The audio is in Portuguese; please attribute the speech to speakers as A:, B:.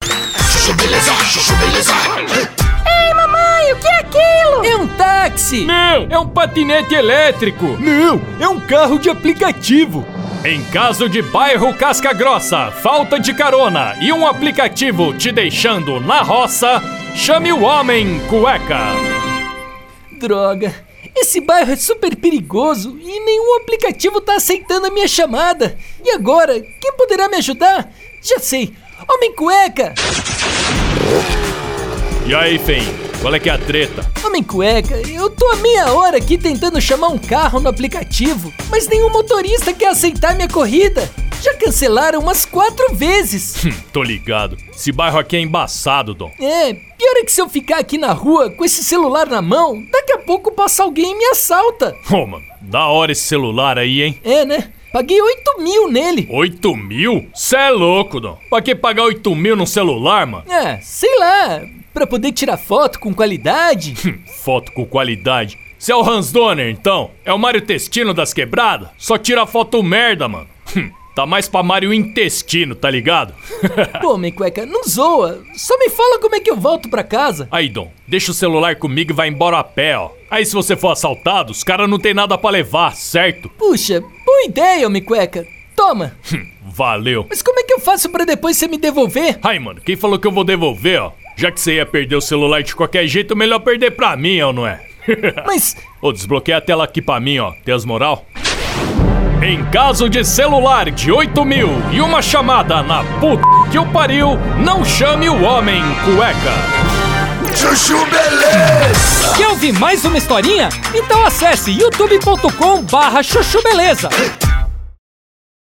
A: é um
B: Não, é um patinete elétrico.
C: Não, é um carro de aplicativo.
B: Em caso de bairro casca grossa, falta de carona e um aplicativo te deixando na roça, chame o homem cueca.
A: Droga, esse bairro é super perigoso e nenhum aplicativo tá aceitando a minha chamada. E agora, quem poderá me ajudar? Já sei, homem cueca.
B: E aí, Fem, qual é que é a treta?
A: Homem cueca, eu tô a meia hora aqui tentando chamar um carro no aplicativo, mas nenhum motorista quer aceitar minha corrida. Já cancelaram umas quatro vezes.
B: Hum, Tô ligado. Esse bairro aqui é embaçado, Dom.
A: É, pior é que se eu ficar aqui na rua com esse celular na mão, daqui a pouco passa alguém e me assalta.
B: Ô, mano, da hora esse celular aí, hein?
A: É, né? Paguei 8 mil nele.
B: 8 mil? Cê é louco, Dom. Pra que pagar 8 mil num celular, mano?
A: É, sei lá, pra poder tirar foto com qualidade.
B: Hum, Foto com qualidade. Cê é o Hans Donner, então? É o Mário Testino das Quebradas? Só tira foto merda, mano. Hum, Tá mais pra Mário Intestino, tá ligado?
A: Pô, homem cueca, não zoa. Só me fala como é que eu volto pra casa.
B: Aí, Dom, deixa o celular comigo e vai embora a pé, ó. Aí, se você for assaltado, os caras não tem nada pra levar, certo?
A: Puxa, boa ideia, homem cueca. Toma.
B: Valeu.
A: Mas como é que eu faço pra depois você me devolver?
B: Aí, mano, quem falou que eu vou devolver, ó? Já que você ia perder o celular de qualquer jeito, é melhor perder pra mim, ou não é?
A: Mas
B: Ô, desbloqueia a tela aqui pra mim, ó. Tem as moral? Em caso de celular de 8 mil e uma chamada na puta que o pariu, não chame o homem cueca.
D: Chuchu Beleza!
A: quer ouvir mais uma historinha? Então acesse youtube.com barra chuchu beleza.